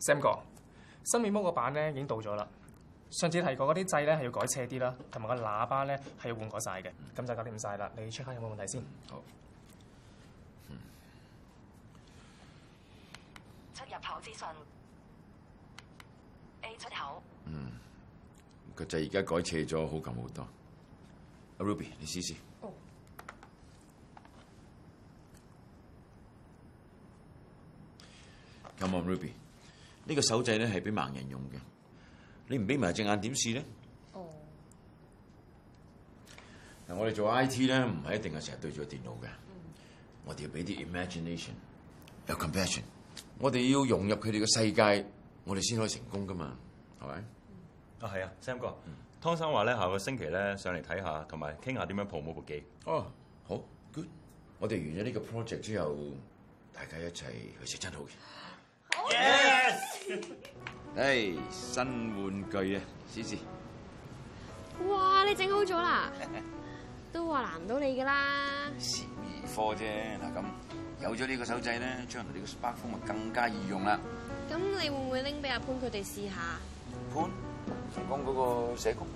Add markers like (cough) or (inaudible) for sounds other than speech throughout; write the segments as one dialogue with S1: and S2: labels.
S1: Sam 哥，新面膜個版咧已經到咗啦。上次提過嗰啲掣咧係要改斜啲啦，同埋個喇叭咧係要換過晒嘅。咁就搞掂晒啦。你 check 下有冇問題先。
S2: 好，
S3: 出入口資訊，A 出口
S2: 個掣而家改斜咗，好撳好多。阿 Ruby，你試試。Come on Ruby，呢個手掣咧係俾盲人用嘅，你唔俾埋隻眼點試咧？
S4: 哦
S2: 嗱，我哋做 I T 咧，唔係一定係成日對住個電腦嘅，我哋要俾啲 imagination，有 compassion，我哋要融入佢哋嘅世界，我哋先可以成功噶嘛，係咪？
S5: 啊，係啊，Sam 哥，湯生話咧，下個星期咧上嚟睇下，同埋傾下點樣抱冇部機。
S2: 哦，好 good。我哋完咗呢個 project 之後，大家一齊去食真好嘅。Yes！誒，新玩具啊，試試。
S6: 哇！你整好咗啦，
S7: (laughs)
S6: 都話難唔到你噶啦。
S2: 小兒科啫，嗱咁有咗呢個手掣咧，將來呢個 Spark 風咪更加易用啦。
S6: 咁你會唔會拎俾阿潘佢哋試下？
S2: 潘，成功嗰個社工，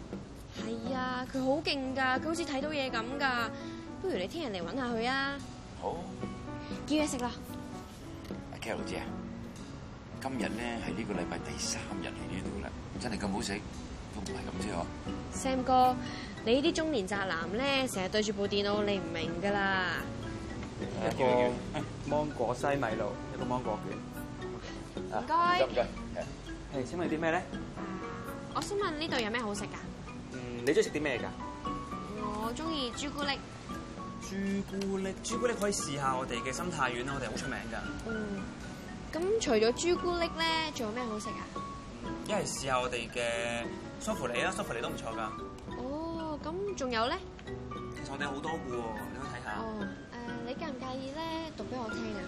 S6: 係啊，佢好勁㗎，佢好似睇到嘢咁㗎。不如你聽人嚟揾下佢啊，
S2: 好。
S6: 叫嘢食啦。
S2: 阿 Carol 姐啊，今日咧係呢個禮拜第三日嚟呢度啦，真係咁好食，都唔係咁啫呵。
S6: Sam 哥，你呢啲中年宅男咧，成日對住部電腦，你唔明㗎啦。
S7: 一個芒果西米露，一個芒果
S6: 唔該
S2: 唔，該。
S7: 卷。誒，請問啲咩咧？
S6: 我想問呢度有咩好食㗎？
S7: 嗯，你中意食啲咩㗎？
S6: 我中意朱古力。
S7: 朱古力，朱古力可以試下我哋嘅心太丸啦，我哋好出名㗎。
S6: 嗯，咁除咗朱古力咧，仲有咩好食啊？
S7: 一係試下我哋嘅梳芙梨啦，梳芙梨都唔錯㗎。
S6: 哦，咁仲有咧？
S7: 其實我哋好多㗎喎，你可以睇下。
S6: 哦，誒，你介唔介意咧讀俾我聽啊？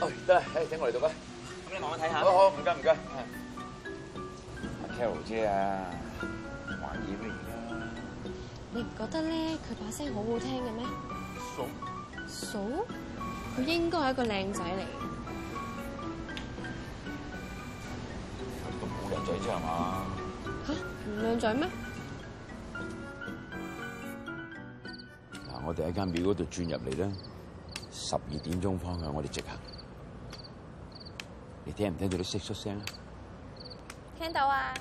S2: 哦，得啦，誒，等我嚟讀啦。
S7: 咁你慢慢睇下。
S2: 好好，唔該唔該。阿 Carol 姐啊，玩嘢咩而
S6: 你唔覺得咧佢把聲好好聽嘅咩？
S2: 家？數
S6: 嫂，佢應該係一個靚仔嚟嘅。
S2: 咁冇人仔啫係嘛？
S6: 吓，唔靚仔咩？
S2: 嗱，我哋喺間廟嗰度轉入嚟啦，十二點鐘方向我哋直行。你聽唔聽到啲蟋蟀聲啊？
S6: 聽到啊！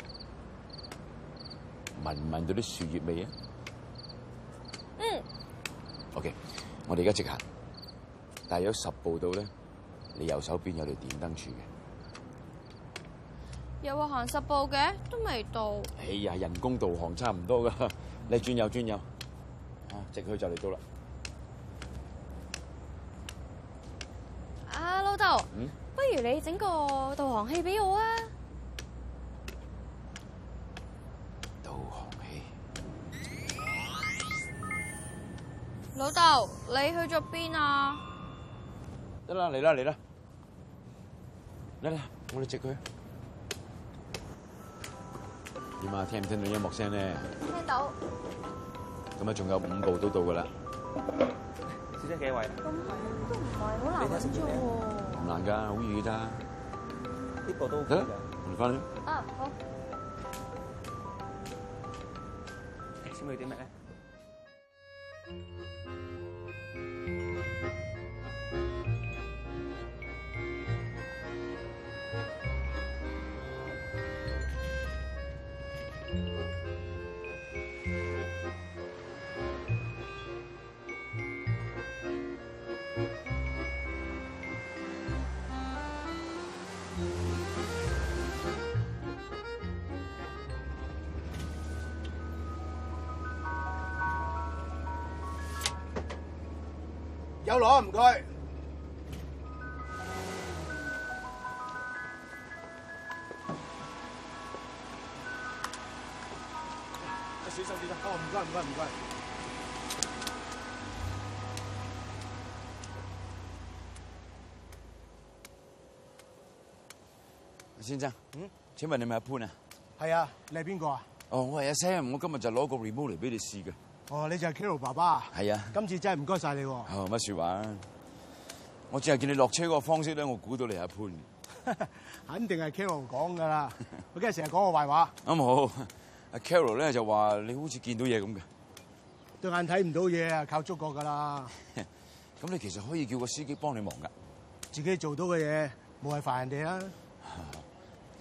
S2: 聞唔聞到啲樹葉味啊
S6: 嗯，
S2: ？OK，我哋而家直行，大約十步到咧，你右手邊有條電燈柱嘅。
S6: 又話行十步嘅，都未到。
S2: 哎呀，人工導航差唔多 (laughs) 噶，你轉右轉右，啊，直去就嚟到啦。
S6: 啊，老豆，
S2: 嗯
S6: 不如你整個導航器俾我啊！
S2: 導航器，
S6: 老豆，你去咗邊啊？
S2: 得啦，嚟啦嚟啦，嚟啦，我哋直去。點啊？聽唔聽到音樂聲咧？
S8: 聽到，
S2: 咁啊，仲有五步都到噶啦，
S7: 少咗幾位？啊
S8: 咁都唔係好難揾啫喎。
S2: 唔難㗎，好易㗎咋。
S7: 呢個都
S2: 得啦，我哋翻去。
S8: 啊，好。
S7: 先會點咩咧？
S9: 有攞唔該。小心啲啦！哦，唔該唔該唔該。
S2: 先生，嗯，請問你咪阿潘啊？
S9: 係啊，你係邊個啊？
S2: 哦，我係阿 Sam，我今日就攞個 remote 嚟俾你試嘅。
S9: 哦，你就係 Kilo 爸爸 (laughs) 啊。
S2: 係啊，
S9: 今次真係唔該晒你喎。 (laughs)
S2: 哦，乜説話啊？我淨係見你落車嗰個方式咧，我估到你係阿潘。
S9: 肯定係 Kilo 講㗎啦。佢梗係成日講我壞話，
S2: 啱好，阿 Carol 咧就話你好似見到嘢咁嘅。
S9: 對眼睇唔到嘢啊，靠觸覺㗎啦。
S2: (laughs) 咁你其實可以叫個司機幫你忙㗎。
S9: 自己做到嘅嘢，冇係煩人哋啊。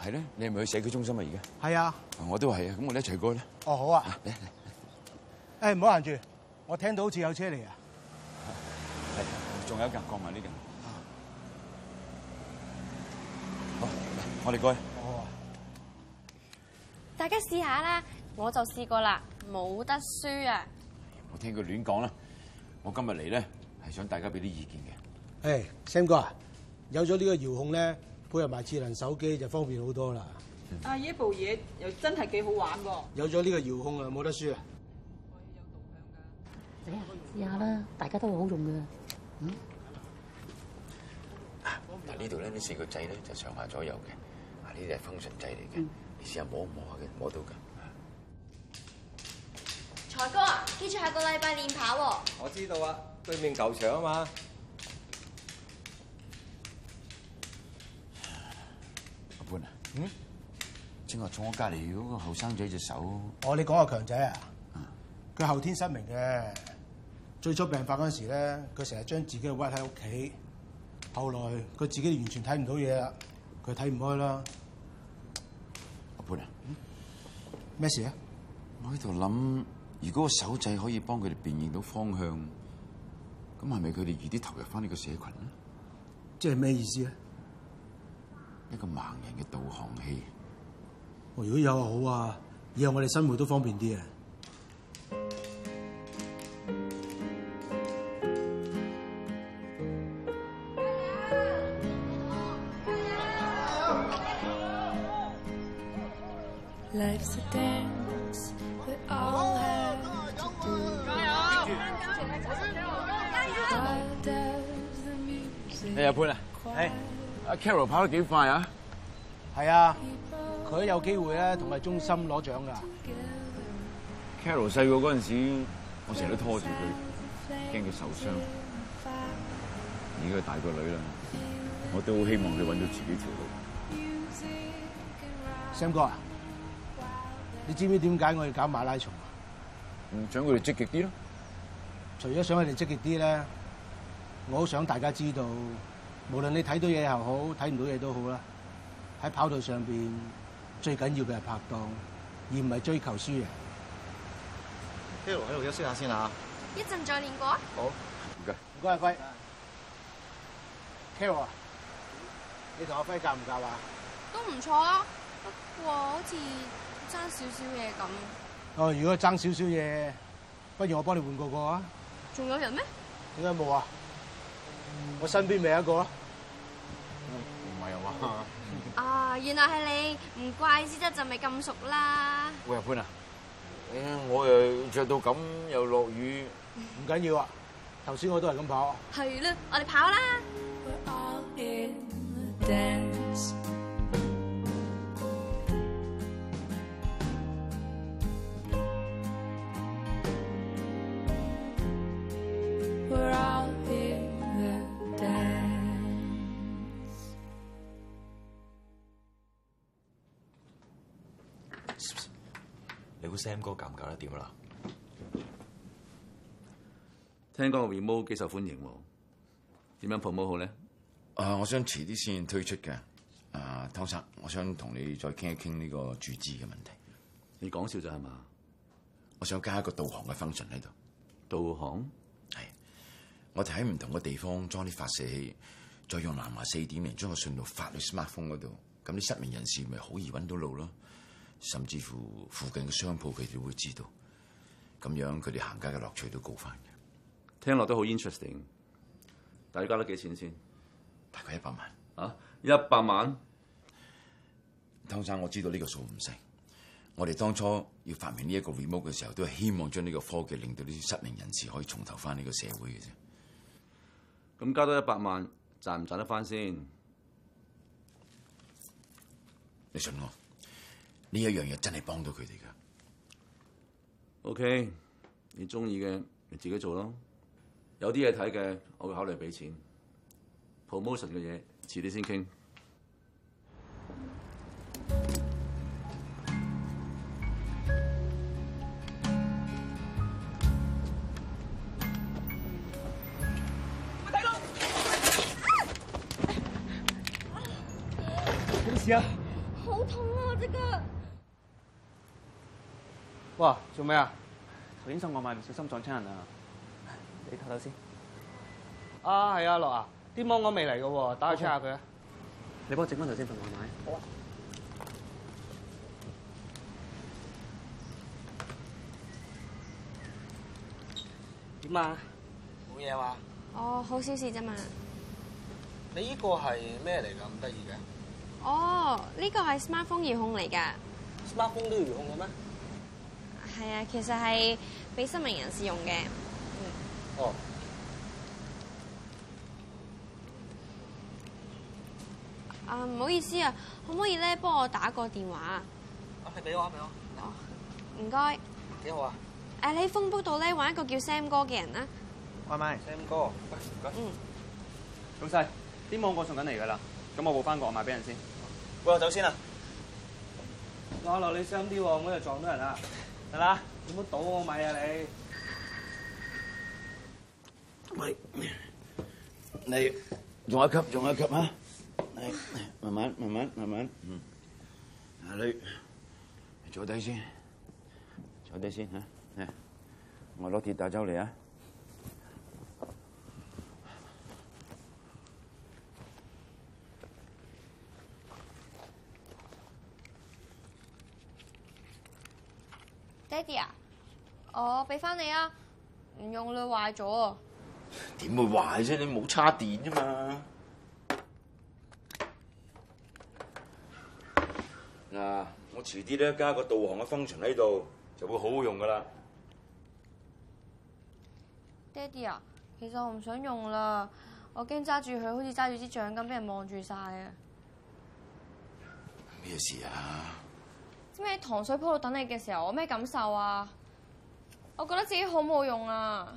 S2: 係咧，你係咪去社區中心啊？而家
S9: 係啊。
S2: 啊我都係啊，咁我哋一齊過去啦。
S9: 哦，好啊。誒，唔好行住，我聽到好似有車嚟啊。
S2: 係，啊仲有一架降埋呢架。好，嚟我哋過去。
S9: 哦。
S6: 大家試下啦，我就試過啦，冇得輸啊！
S2: 我聽佢亂講啦，我今日嚟咧係想大家俾啲意見嘅。
S9: 誒，Sam 哥啊，有咗呢個遙控咧，配合埋智能手機就方便好多啦。
S10: 啊！呢部嘢又真係幾好玩喎！
S9: 有咗呢個遙控啊，冇得輸啊！
S4: 嚟啊，試下啦，大家都會好用嘅。
S2: 嗱呢度咧呢四個掣咧就上下左右嘅，啊呢啲係 function 掣嚟嘅，你試下摸唔摸下嘅，摸到㗎。
S6: 財哥啊，記住下個禮拜練跑喎。
S11: 我知道啊，對面球場啊嘛。
S2: 阿潘啊，嗯，正話坐我隔離嗰個後生仔隻手，
S9: 哦，你講阿強仔啊，佢後天失明嘅，最初病發嗰陣時咧，佢成日將自己屈喺屋企，後來佢自己完全睇唔到嘢啦，佢睇唔開啦，
S2: 阿潘啊，
S9: 咩事啊？
S2: 我喺度諗，如果個手掣可以幫佢哋辨認到方向，咁係咪佢哋易啲投入翻呢個社群咧？
S9: 即係咩意思咧？啊
S2: 一個盲人嘅導航器。
S9: 哦，如果有啊好啊，以後我哋生活都方便啲啊！
S12: Life's a dance we all have to do.
S8: 加
S12: Why does the music
S2: 阿潘啊，
S9: 係
S2: 阿 Carol 跑得幾快啊？
S9: 係啊，佢有機會啊咧同我哋中心攞獎㗎。
S2: Carol 細個嗰陣時，我成日都拖住佢，驚佢受傷。而家佢大個女啦，我都好希望佢揾到自己條路。
S9: Sam 哥啊，你知唔知點解我要搞馬拉松啊？
S2: 唔想佢哋積極啲咯。
S9: 除咗想佢哋積極啲咧，我好想大家知道，無論你睇到嘢又好，睇唔到嘢都好啦，喺跑道上邊最緊要嘅係拍檔，而唔係追求輸贏。
S13: Hero 喺度休息下先啊！
S6: 一陣再練過啊！
S13: 好，
S2: 唔該。
S9: 唔該，阿輝。Carol 啊，你同阿輝夾唔夾啊？
S6: 都唔錯啊，不過好似爭少少嘢咁。
S9: 哦，如果爭少少嘢，不如我幫你換個個啊？
S6: 仲有人咩？
S9: 點解冇啊？我身邊咪有一個咯。
S13: 唔係啊嘛？
S12: 嗯
S6: 啊，原來係你，唔怪之得就咪咁熟啦。
S2: 喂，阿潘啊，我又着到咁，又落雨，
S9: 唔緊要啊，頭先我都係咁跑。
S6: 係啦，我哋跑啦！
S12: in the dance?
S5: 你估 Sam 哥搞唔搞得掂啊啦？
S14: 聽講個 remote 幾受歡迎喎，點樣 promote 好咧？
S2: 啊，我想遲啲先推出嘅。啊，湯生，我想同你再傾一傾呢個注資嘅問題。
S14: 你講笑咋係嘛？
S2: 我想加一個導航嘅 function 喺度。
S14: 導航
S2: 係，我哋喺唔同嘅地方裝啲發射器，再用藍牙四點零將個信號發去 smartphone 嗰度，咁啲失明人士咪好易揾到路咯。甚至乎附近嘅商鋪佢哋會知道，咁樣佢哋行街嘅樂趣都高翻嘅。
S14: 聽落都好 interesting，但係要加多幾錢先？
S2: 大概一百萬。
S14: 啊，一百萬。
S2: 湯生，我知道呢個數唔細。我哋當初要發明呢一個 remote 嘅時候，都係希望將呢個科技令到啲失明人士可以重投翻呢個社會嘅啫。
S14: 咁加多一百萬，賺唔賺得翻先？
S2: 你信我，呢一樣嘢真係幫到佢哋㗎。
S14: OK，你中意嘅你自己做咯。有啲嘢睇嘅，我會考慮俾錢。promotion 嘅嘢，遲啲先傾。
S7: 咩事啊？
S6: 好痛啊只腳！
S7: 哇，做咩啊？頭先心外賣唔小心撞親人啊！你唞唞先。啊，係啊，樂啊，啲芒果未嚟嘅喎，打去 check 下佢啊。你幫我整翻頭先份外賣。好啊。點啊？冇嘢嘛？
S6: 哦，好小事啫嘛。
S7: 你呢個係咩嚟㗎？咁得意嘅
S6: 哦，呢個係 smartphone 遙控嚟㗎。
S7: smartphone 都要遙控嘅咩？
S6: 係啊，其實係俾失明人士用嘅。嗯
S7: 哦。
S6: 啊，唔好意思啊，可唔可以咧幫我打個電話啊？
S7: 啊，你俾我啊，俾我。
S6: 唔該。
S7: 幾好啊？
S6: 誒，你喺 phonebook 度咧揾一個叫 Sam 哥嘅人啊啦。
S7: 外賣，Sam 哥，喂，唔該。嗯。老細，啲芒果送緊嚟㗎啦，咁我報翻個外賣俾人先。喂，我走先啦。
S9: 啊
S7: 我落你小心啲喎，我又撞到人啦。得啦，你唔好倒我米啊你。
S2: 喂，你用一級，用一級啊！你慢慢，慢慢，慢慢。嗯，啊你你坐低先，坐低先嚇。嚟，我攞鐵打走嚟啊！
S6: 爹哋啊，我俾翻你啊，唔用啦，壞咗啊。
S2: 點會壞啫？你冇叉電啫嘛。嗱，我遲啲咧加個導航嘅 function 喺度，就會好好用噶啦。
S6: 爹哋啊，其實我唔想用啦，我驚揸住佢好似揸住支杖咁，俾人望住晒啊！
S2: 咩事啊？
S6: 知唔知喺糖水鋪度等你嘅時候，我咩感受啊？我覺得自己好冇用啊！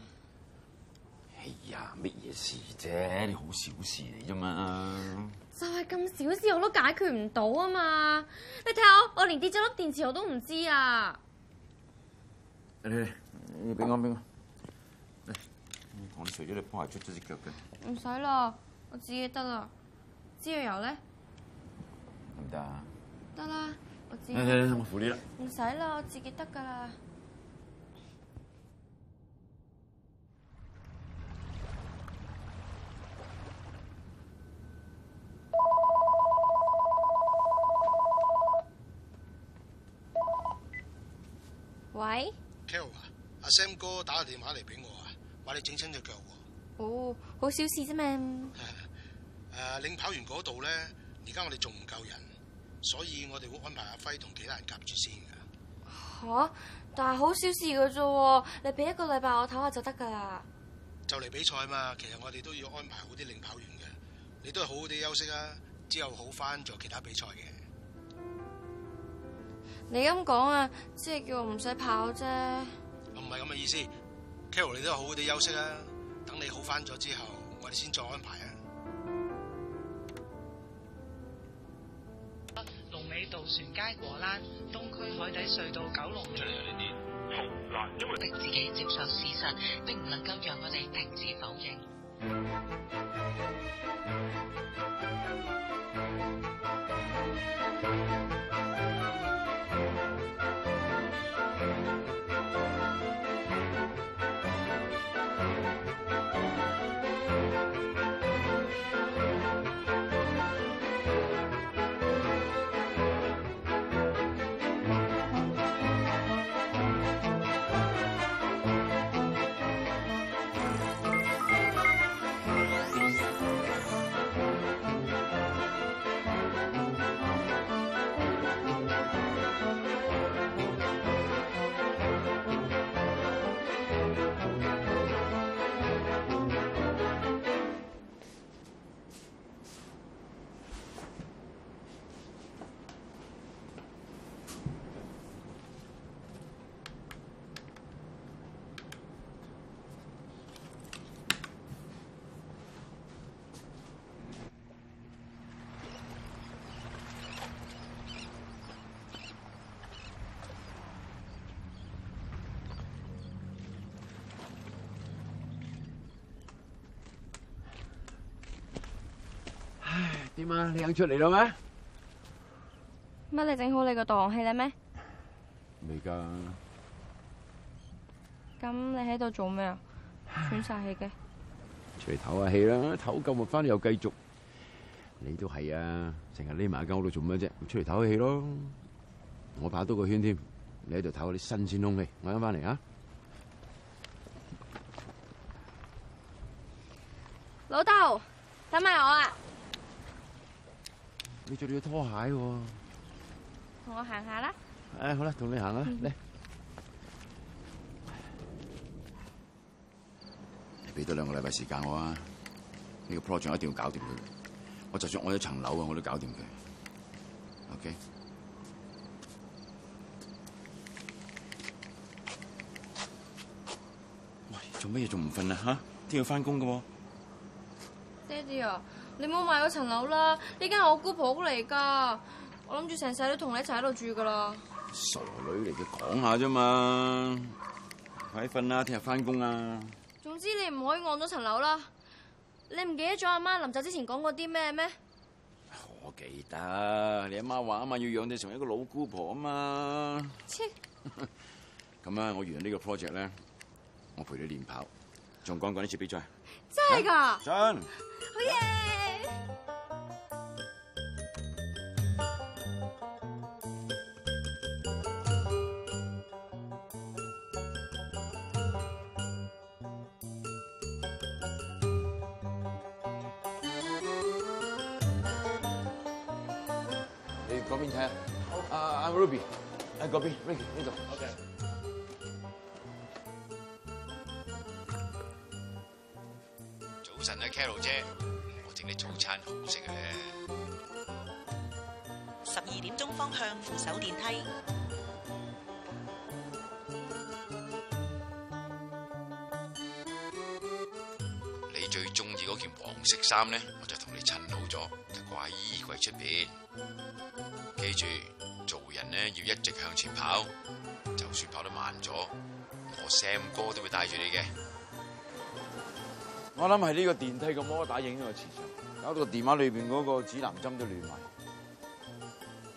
S2: 哎呀，乜嘢事啫？你好小事嚟啫嘛。
S6: 就係咁小事我都解決唔到啊嘛！你睇下我，我連跌咗粒電池我都唔知啊！
S2: 嚟嚟嚟，你俾我俾我。嚟，我除咗你幫鞋出咗只腳嘅，
S6: 唔使啦，我自己得啦。滋潤油咧
S2: 得唔得啊？
S6: 得啦，我自己
S2: 嚟嚟嚟，我扶你啦。
S6: 唔使啦，我自己得噶啦。喂，
S9: Carol 啊，阿 Sam 哥打個電話嚟俾我啊，話你整親只腳喎。 (laughs)
S6: 哦，好小事啫嘛。
S9: 誒、領跑完嗰度咧，而家我哋仲唔夠人，所以我哋會安排阿輝同其他人夾住先㗎。
S6: 吓，但係好小事嘅啫喎，你俾一個禮拜我唞下就得噶啦。
S9: 就嚟比賽嘛，其實我哋都要安排好啲領跑員嘅，你都係好好地休息啊，之後好翻仲有其他比賽嘅。
S6: 你咁講啊，即係叫我唔使跑啫。
S9: 我唔係咁嘅意思，Carol 你都係好好地休息啊，等你好翻咗之後，我哋先再安排啊。
S15: 龍尾
S16: 渡船街果欄、東區海底隧道九龍園，逼自己接受事實，並唔能夠讓我哋停止否認。
S17: 點啊？你肯出嚟啦
S6: 乜你整好你個導航器啦咩？
S17: 咩？未㗎，
S6: 咁你喺度做咩啊？喘晒氣嘅，
S17: 出嚟
S2: à,
S17: 唞下氣啦，唞夠咪翻嚟又繼續。你都係
S2: à,
S17: 啊，成日匿埋喺間屋度做咩啫？出嚟唞下氣咯。我跑多個圈添，你喺度唞下啲新鮮空氣。我啱翻嚟啊！
S6: 老豆等埋我啊！
S17: 你着住拖鞋喎。
S6: 同我行下啦。
S17: 誒好啦，同你行啦，嚟。
S2: 你俾多兩個禮拜時間我啊！呢、個 project 一定要搞掂佢。我就算我一層樓啊，我都搞掂佢。OK，做乜嘢仲唔瞓啊？嚇，聽日翻工噶喎。
S6: 爹哋啊，你唔好買嗰層樓啦，呢間係我姑婆屋嚟㗎，我諗住成世都同你一齊喺度住㗎啦。
S2: 傻女嚟嘅，講下啫嘛。快啲瞓啦，聽日翻工啊！
S6: 總之你唔可以按咗層樓啦。你唔記得咗阿媽臨走之前講過啲咩咩？
S2: 我記得你阿媽話啊嘛，要養你成為一個老姑婆啊嘛。
S6: 切，
S2: 咁啊，我完呢個 project 咧，我陪你練跑，仲講講呢次比賽。
S6: 真係㗎！
S2: 真，
S6: 好嘢！
S2: 你嗰邊睇下。啊啊，Ruby，喺嗰邊，Ricky 呢度。OK。早晨啊，Carol 姐，我整啲早餐好食嘅咧。
S16: 十二點鐘方向扶手電梯。
S2: 你最中意嗰件黃色衫咧，我就同你襯好咗，就掛喺衣櫃出邊。記住，做人咧要一直向前跑，就算跑得慢咗，我 Sam 哥都會帶住你嘅。我諗係呢個電梯嘅摩打影響個磁場，搞到個電話裏邊嗰個指南針都亂埋。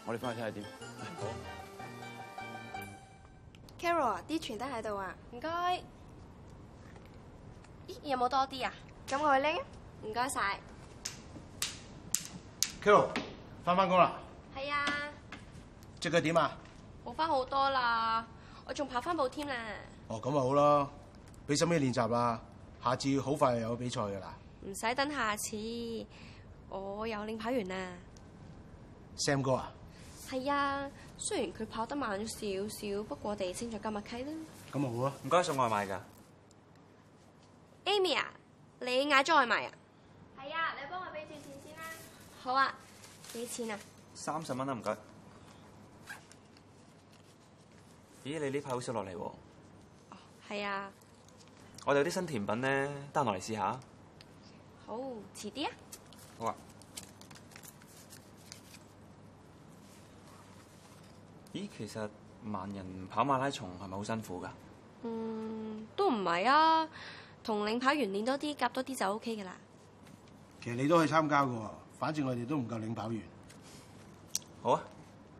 S2: 我哋翻去睇下點。
S18: Carol 啊，啲傳單喺度啊，
S6: 唔該。咦，有冇多啲啊？
S18: 咁我去拎。
S6: 唔該晒。
S9: Carol，翻返工啦，
S6: 係啊，
S9: 隻腳點啊？
S6: 好翻好多啦，我仲跑翻步添啦。
S9: 哦，咁咪好咯，俾心機練習啦，下次好快又有比賽噶啦。
S6: 唔使等下次，我有領跑員啦。
S9: Sam 哥啊，
S6: 係啊，雖然佢跑得慢咗少少，不過我哋升咗今日溪啦。
S9: 咁咪好啊。
S19: 唔該送外賣㗎。
S6: Amy 啊，你嗌咗外賣啊？
S18: 係啊，你幫我俾住錢先啦。
S6: 好啊，幾錢啊？
S19: 三十蚊啦，唔該。咦，你呢排好少落嚟喎？
S6: 係啊，
S19: 我哋有啲新甜品咧，得閒落嚟試下。
S6: 好，遲啲啊。
S19: 好啊。
S7: 咦，其實萬人跑馬拉松係咪好辛苦㗎？
S6: 嗯，都唔係啊，同領跑員練多啲，夾多啲就 O K 噶啦。
S9: 其實你都可以參加嘅喎，反正我哋都唔夠領跑員。
S7: 好啊，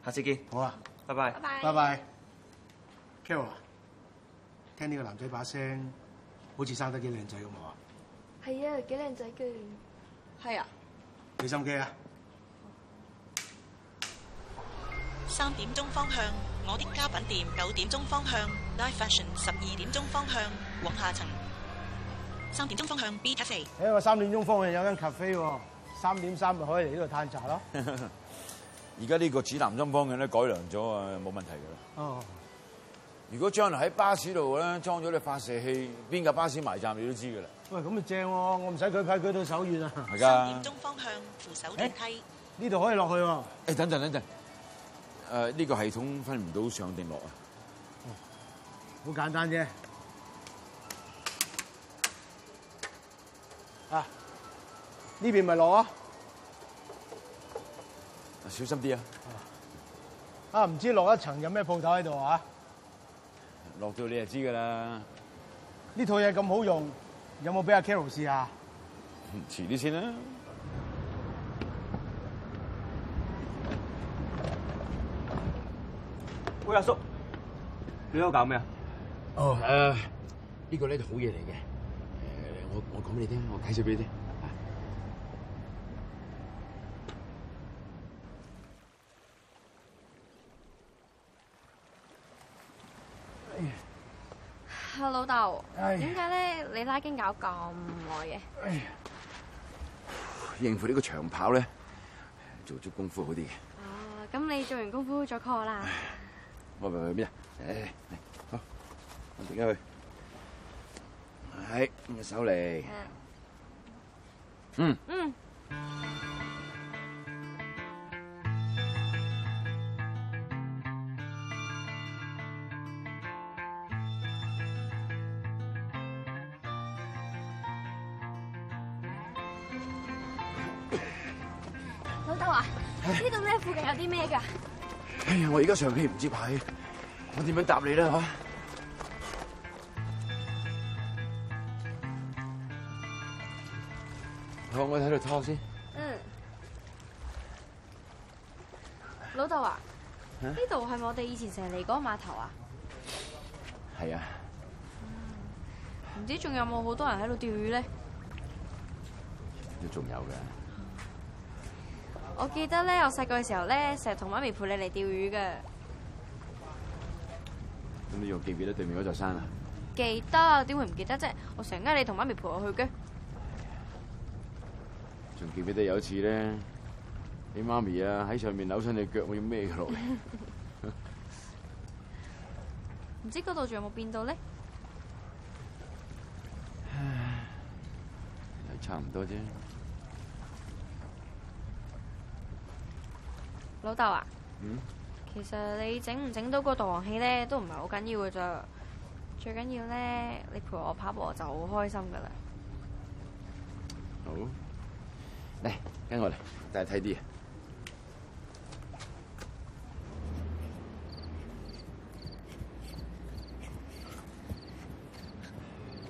S7: 下次見。
S9: 好啊，
S7: 拜拜。
S9: 拜拜，Carol 啊，聽呢個男仔把聲，好似生得幾靚仔咁喎。
S18: 係啊，幾靚仔嘅。
S6: 係啊。
S9: 俾心機啊！
S16: 三點鐘方向，我的家品店九點鐘方向，Live Fashion 十二點鐘方向，往下層。三點鐘方向 B 七四。
S9: 喺我三點鐘方向有間 cafe 喎，三點三咪可以嚟呢度嘆茶咯。
S2: 而家呢個指南針方向咧改良咗啊，冇問題㗎啦。
S9: 哦，
S2: 如果將來喺巴士度咧裝咗你發射器，邊架巴士埋站你都知㗎啦。
S9: 喂，咁咪正喎，我唔使舉牌舉到手軟啊！
S2: 係㗎。
S16: 中方向扶手電梯。
S9: 呢度可以落去喎。
S2: 誒，等陣等陣，誒、呢個系統分唔到上定落啊！
S9: 好簡單啫。啊，呢邊咪落啊！
S2: 小心啲啊！
S9: 啊，唔知落一層有咩鋪頭喺度啊？
S2: 落到你就知㗎啦。 (laughs)
S9: 呢套嘢咁好用，有冇俾阿 Carol 試下？
S2: 遲啲先啦。
S19: 喂，阿叔，你喺度搞咩啊？
S17: 哦，誒、呢個咧就好嘢嚟嘅。誒、我我講俾你聽，我介紹俾你聽。
S6: 啊，老豆，
S17: 哎
S6: 點解咧你拉筋搞咁耐嘅？
S17: 應付呢個長跑咧，做足功夫好啲嘅。
S6: 哦，咁你做完功夫再 call 我啦。
S17: 喂喂喂，咩啊？誒嚟，好，我而家去。係，咁隻手嚟。嗯。
S6: 嗯。
S18: 老豆啊，呢度咧附近有啲咩㗎？
S17: 哎呀，我而家上氣唔接下氣，我點樣答你咧？嚇？好，我喺度拖先。
S6: 嗯。老豆啊，
S17: 啊
S6: 呢度係咪我哋以前成日嚟嗰個碼頭啊？
S17: 係啊，
S6: 唔知仲有冇好多人喺度釣魚咧？
S17: 都仲有嘅。
S6: 我記得咧，我細個嘅時候咧，成日同媽咪陪你嚟釣魚嘅。
S17: 咁你仲記唔記得對面嗰座山啊？
S6: 記得點會唔記得啫？我成日呃你同媽咪陪我去嘅。
S17: 仲記唔記得有一次咧，你媽咪啊喺上面扭親你腳，我要孭佢落嚟。
S6: 唔知嗰度仲有冇變到咧？
S17: 係差唔多啫。
S6: 老豆啊，
S17: 嗯，
S6: 其實你整唔整到個導航器咧，都唔係好緊要嘅咋。最緊要咧，你陪我跑步我就好開心噶啦。
S17: 好。嚟，跟我嚟，帶你睇啲嘢。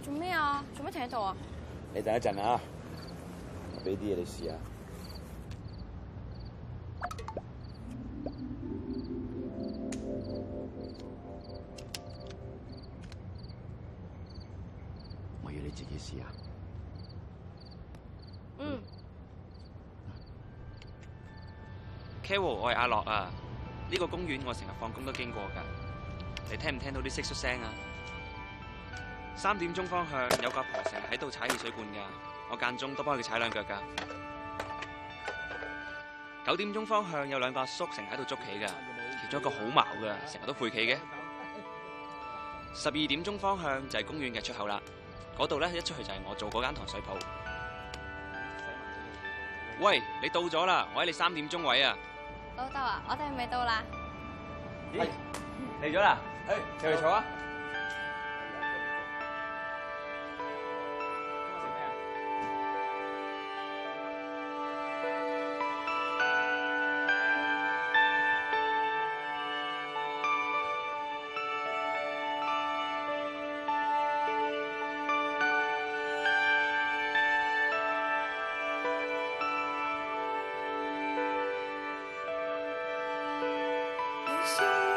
S6: 做咩啊？做咩停喺度啊？
S17: 你等一陣啊，我俾啲嘢你試下。我要你自己試下。
S6: 嗯。
S7: Carol，我係阿樂啊！呢個公園我成日放工都經過㗎，你聽唔聽到啲蟋蟀聲啊？三點鐘方向有個阿婆成日喺度踩汽水罐㗎，我間中都幫佢踩兩腳㗎。九點鐘方向有兩個阿叔成日喺度捉棋㗎，其中一個好矛㗎，成日都配棋嘅。十二點鐘方向就係公園嘅出口啦，嗰度咧一出去就係我做嗰間糖水鋪。喂，你到咗啦，我喺你三點鐘位啊！
S6: 老豆啊，我哋係咪到啦？
S7: 咦，嚟咗啦！誒，入嚟坐啊！
S12: Hãy subscribe cho kênh Ghiền Mì Gõ Để không bỏ lỡ
S16: 想。